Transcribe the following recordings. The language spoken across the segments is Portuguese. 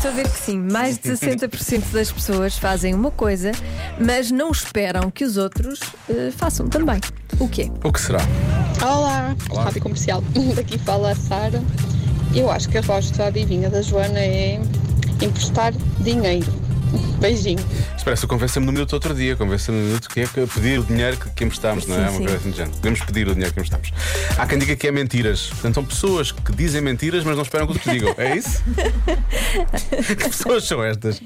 saber que sim, mais de 60% das pessoas fazem uma coisa, mas não esperam que os outros eh, façam também. O quê? O que será? Olá, Olá. Rádio Comercial. Daqui fala a Sara. Eu acho que a resposta adivinha da Joana é emprestar dinheiro. Beijinho. Isto parece o convença-me no minuto outro dia, convença-me no minuto que é que pedir o dinheiro que, que emprestámos, não Sim, é? É Uma sim. coisa assim do género. Podemos pedir o dinheiro que emprestámos. Há quem diga que é mentiras. Portanto, são pessoas que dizem mentiras, mas não esperam que outros digam. É isso? que pessoas são estas?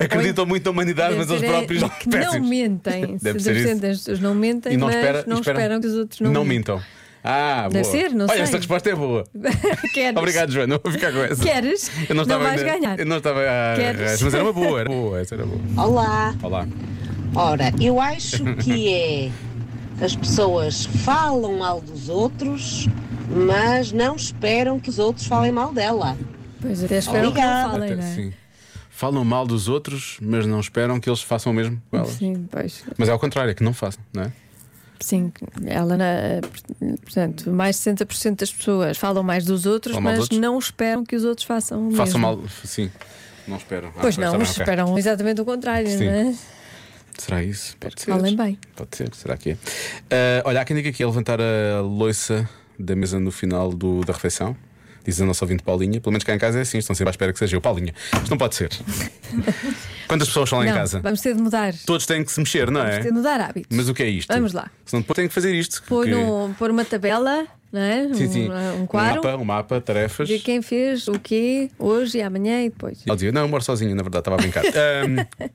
Acreditam muito na humanidade, Ah, mas eles Deve ser, eh, próprios não que não péssimo. mentem. Deve ser 60% isso. das pessoas não mentem, E não, mas espera, não espera- esperam que os outros não, mintam. Ah, Deve boa. ser, não Olha, sei. esta resposta é boa. Queres? Obrigado, Joana. Eu Vou ficar com essa. Queres? Eu não, estava vais ainda- ganhar. Eu não estava a Queres? arranjar, Mas era uma boa, era boa, essa era boa. Olá, Olá. ora, eu acho que é as pessoas falam mal dos outros, mas não esperam que os outros falem mal dela. Pois até esperam que Obrigada. não falem, Até- não é? sim. Falam mal dos outros, mas não esperam que eles façam o mesmo com elas. Sim, pois. Mas é ao contrário, é que não façam, não é? Sim, ela, na- portanto, mais de 60% das pessoas falam mais dos outros, Falam mal mas dos outros. não esperam que os outros façam o Façam mesmo. mal, sim. Não esperam. Ah, Pois não, também, ok. esperam exatamente o contrário, Sim. não é? Será isso? Pode ser. falem bem. Pode ser, será que é? Ah, olha, há quem diga aqui é levantar a loiça da mesa no final do- da refeição. Diz a nossa ouvinte Paulinha. Pelo menos cá em casa é assim, estão sempre à espera que seja eu. Paulinha, isto não pode ser. Quantas pessoas estão lá não, em casa? Vamos ter de mudar. Todos têm que se mexer, não Vamos é? ter de mudar hábitos. Mas o que é isto? Vamos lá. Senão depois têm que fazer isto. Pôr, que- num- pôr uma tabela, não é? Sim, sim. Um, um Um quadro mapa, um mapa, tarefas. de quem fez o quê hoje e amanhã e depois. Ela dizia, não, eu moro sozinha, na verdade, estava a brincar. Ahm,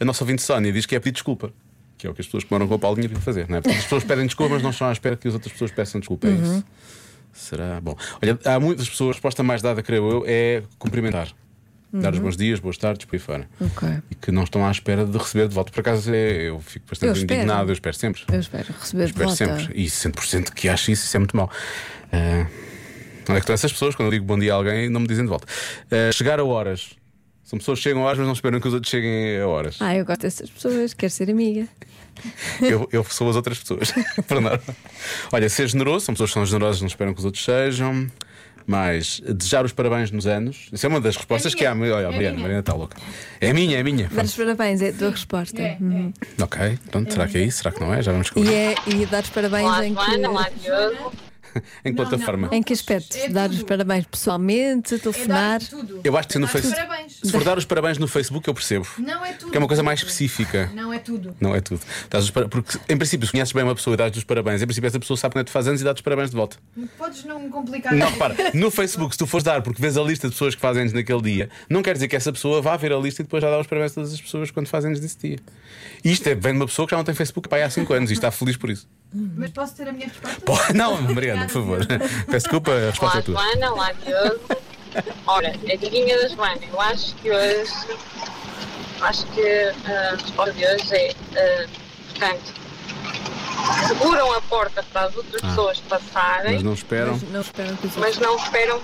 a nossa ouvinte Sónia diz que é pedir desculpa, que é o que as pessoas que moram com a Paulinha devem fazer, não é? Porque as pessoas pedem desculpa, mas não estão à espera que as outras pessoas peçam desculpa. É Uhum. isso. Será? Bom, olha, há muitas pessoas, a resposta mais dada, creio eu, é cumprimentar. Dar Uhum. os bons dias, boas tardes, por aí fora. Ok. E que não estão à espera de receber de volta. Por acaso, é- eu fico Eu bastante espero. indignado, eu espero sempre. Eu espero receber de Espero volta. sempre. E 100% que acho isso, isso é muito mau. Ah, onde é que estão essas pessoas? Quando eu digo bom dia a alguém, não me dizem de volta. Ah, chegar a horas. São pessoas que chegam a horas, mas não esperam que os outros cheguem a horas. Ah, eu gosto dessas pessoas, quero ser amiga. Então. Eu, eu sou as outras pessoas. Por norma. Olha, ser generoso, são pessoas que são generosas, não esperam que os outros sejam. Mas desejar os parabéns nos anos. Isso é uma das respostas que há. Olha, a Mariana, Mariana está louca. É minha, é minha. Dar os parabéns, é a tua resposta. Uhum. Ok, pronto, será que é isso? Será que não é? Já vamos E, descobrir. é, e dar os parabéns Olá, em que. Joana, olá, é Diogo. Em que plataforma? Em que aspectos? dar os parabéns É pessoalmente, telefonar. tudo. Eu acho que se no Facebook. parabéns. Se for dar os parabéns no Facebook, eu percebo. Não é tudo. Que é uma coisa mais específica. Não é tudo. Não é tudo. Dás os para- Porque, em princípio, se conheces bem uma pessoa e dás-lhe os parabéns, em princípio, essa pessoa sabe quando é que tu faz anos e dá-te os parabéns de volta. Podes não complicar. Não, repara, no Facebook, se tu fores dar porque vês a lista de pessoas que fazem anos naquele dia, não quer dizer que essa pessoa vá ver a lista e depois já dá os parabéns a todas as pessoas quando fazem anos nesse dia. E isto é, vem de uma pessoa que já não tem Facebook pá, há 5 anos e está feliz por isso. Mas posso ter a minha resposta? Pô, não, Mariana, por favor. Peço desculpa, a resposta Olá, é tua. Joana, olá, Diogo. Ora, a divinha da Joana, eu acho que hoje, acho que ah, a resposta de hoje é, ah, portanto, seguram a porta para as outras pessoas Mas passarem, não esperam. Mas não esperam que os outros. mas não esperam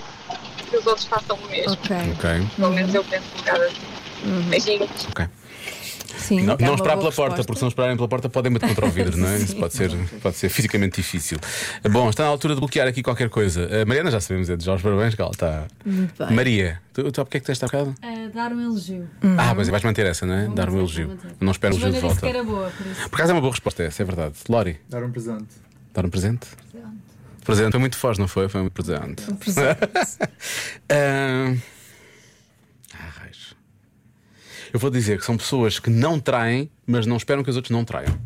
que os outros façam o mesmo. Ok, Ok, Pelo menos eu penso um bocado assim. Beijinhos. ok. sim. Não, é não uma esperar pela boa porta, resposta. porque se não esperarem pela porta podem bater contra o vidro, não é? Isso pode ser, pode ser fisicamente difícil. Bom, está na altura de bloquear aqui qualquer coisa. A Mariana já sabemos, é de Jorge Parabéns, que ela está. Muito bem. Maria, tu, tu porque é que tens esta bocado? a dar um elogio. Uhum. Ah, mas vais manter essa, não é? Dar um elogio. Não espero o elogio Joana de disse que volta. era boa, por isso. Por acaso é uma boa resposta, essa é verdade. Lori, Dar um presente. dar um presente? Presente. Foi muito foz, não foi? Foi um presente. Um presente. Ah, raios. Eu vou dizer que são pessoas que não traem, mas não esperam que os outros não traiam.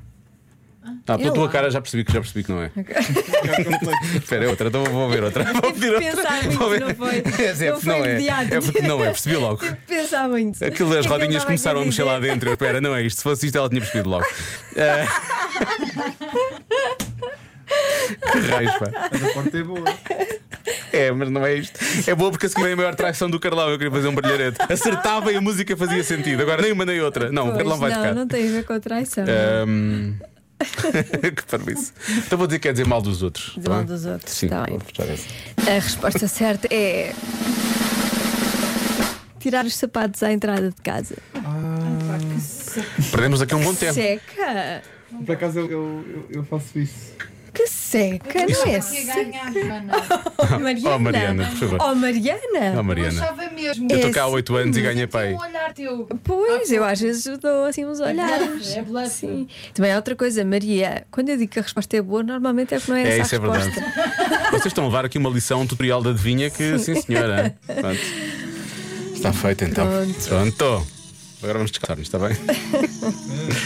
Ah, pela eu tua lá. cara já percebi que já percebi que não é. Espera, é outra, então vou ver outra. Vou pedir outra. pensar muito, Vou ver. não foi? É, Não porque não foi é. imediato. É porque não é, percebi logo. Pensar muito. Aquilo O que é das que ele rodinhas vai começaram a querer mexer lá dizer? dentro. Eu, Espera, não é isto. Se fosse isto, ela tinha percebido logo. Eh, Ah. Que raios, pá. Mas a porta é boa. É, mas não é isto. É boa porque a seguir vem a maior traição do Carlão. Eu queria fazer um brilharete. Acertava e a música fazia sentido. Agora nem uma nem outra. Não, o Pois, Carlão vai É, não, tocar. não tem a ver com a traição. Ahm. que parvoíce. Então vou dizer que é dizer mal dos outros. Dizer tá mal bem? um dos outros, Sim, tá bem. vou fechar essa. A resposta certa é. Tirar os sapatos à entrada de casa. Perdemos aqui um bom tempo. Seca! Por acaso eu, eu, eu- eu faço isso. Que seca, não é Ia seca. ganhar, Joana. Oh, Mariana. Oh, Mariana, por favor. Oh, Mariana. Ah, Eu Mariana. achava mesmo. Eu Esse- estou cá há 8 anos e ganhei pai. Um olhar teu. Pois, eu às vezes dou assim uns olhares. bluff, é bluff. Sim. Também há outra coisa, Maria, quando eu digo que a resposta é boa, normalmente é porque não é, É, essa a isso é verdade. resposta. Vocês estão a levar aqui uma lição, um tutorial de adivinha que, sim, senhora. Pronto. Está feito então. Pronto. Pronto. Agora vamos descansar-nos, está bem?